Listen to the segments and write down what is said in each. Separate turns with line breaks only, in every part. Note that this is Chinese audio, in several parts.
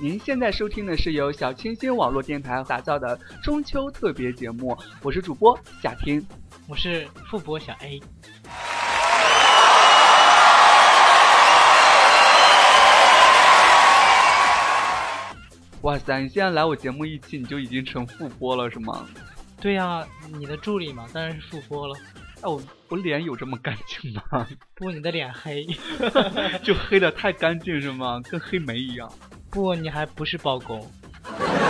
您现在收听的是由小清新网络电台打造的中秋特别节目，我是主播夏天。
我是富博小 A。
哇塞，你现在来我节目一期，你就已经成副播了是吗？
对呀、你的助理嘛，当然是富播了。
哎，我我脸有这么干净吗？
不过你的脸黑，
就黑的太干净是吗？跟黑莓一样。
不过你还不是包公。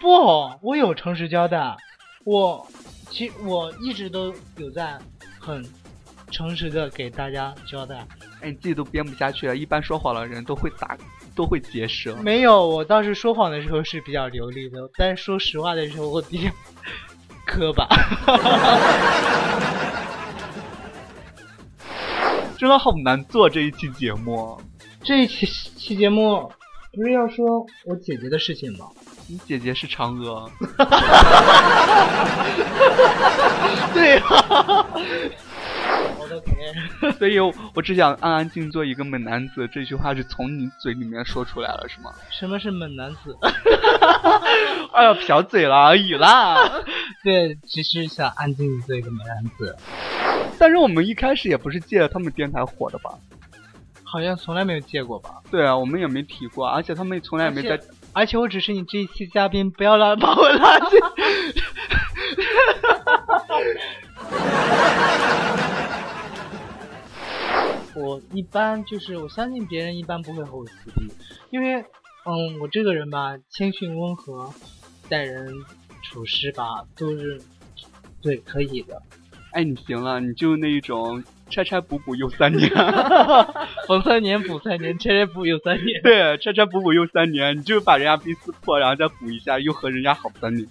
不，我有诚实交代。我其我一直都有在很诚实的给大家交代。
哎，你自己都编不下去了。一般说谎的人都会打，都会结舌。
没有，我当时说谎的时候是比较流利的，但是说实话的时候我比较 磕巴。
真的好难做这一期节目。
这一期期节目不是要说我姐姐的事情吗？
你姐姐是嫦娥，
对呀、我的天！
所以我我只想安安静做一个美男子。这句话是从你嘴里面说出来了，是吗？
什么是猛男子？
哎呀，瓢嘴了而已啦。
对，只是想安静的做一个美男子，
但是我们一开始也不是借着他们电台火的吧？
好像从来没有见过吧？
对啊，我们也没提过，而且他们从来哎也没在
而且。而且我只是你这一期嘉宾，不要拉把我拉进。我一般就是我相信别人一般不会和我撕逼，因为嗯，我这个人吧，谦逊温和，待人处事吧都是对可以的。
哎，你行了，你就那一种拆拆补补又三年。
逢三年补三年，缺人补有三年。
对，拆拆补补又三年，你就把人家逼撕破，然后再补一下，又和人家好三年。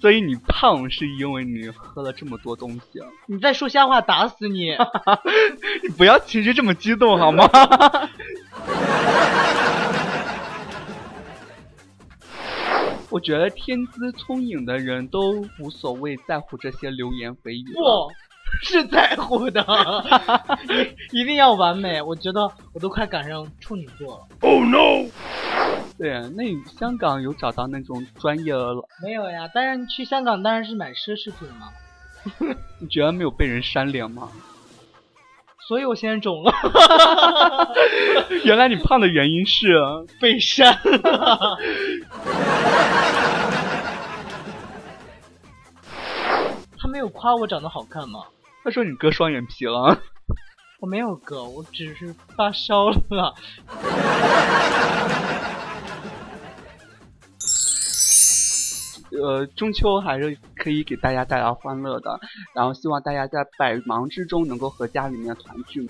所以你胖是因为你喝了这么多东西， 啊
你再说瞎话，打死 你！
你不要情绪这么激动好吗？我觉得天资聪颖的人都无所谓在乎这些流言蜚语。
不是在乎 的，一一定要完美。我觉得我都快赶上处女座了。
，Oh no！对，那你香港有找到那种专业的
没有呀，当然去香港当然是买奢侈品嘛，
你觉得没有被人扇脸吗？
所以我现在肿了，
原来你胖的原因是
被删了。 他没有夸我长得好看吗？
他说你割双眼皮了。
我没有割，我只是发烧了。
呃，中秋还是可以给大家带来欢乐的，然后希望大家在百忙之中能够和家里面团聚。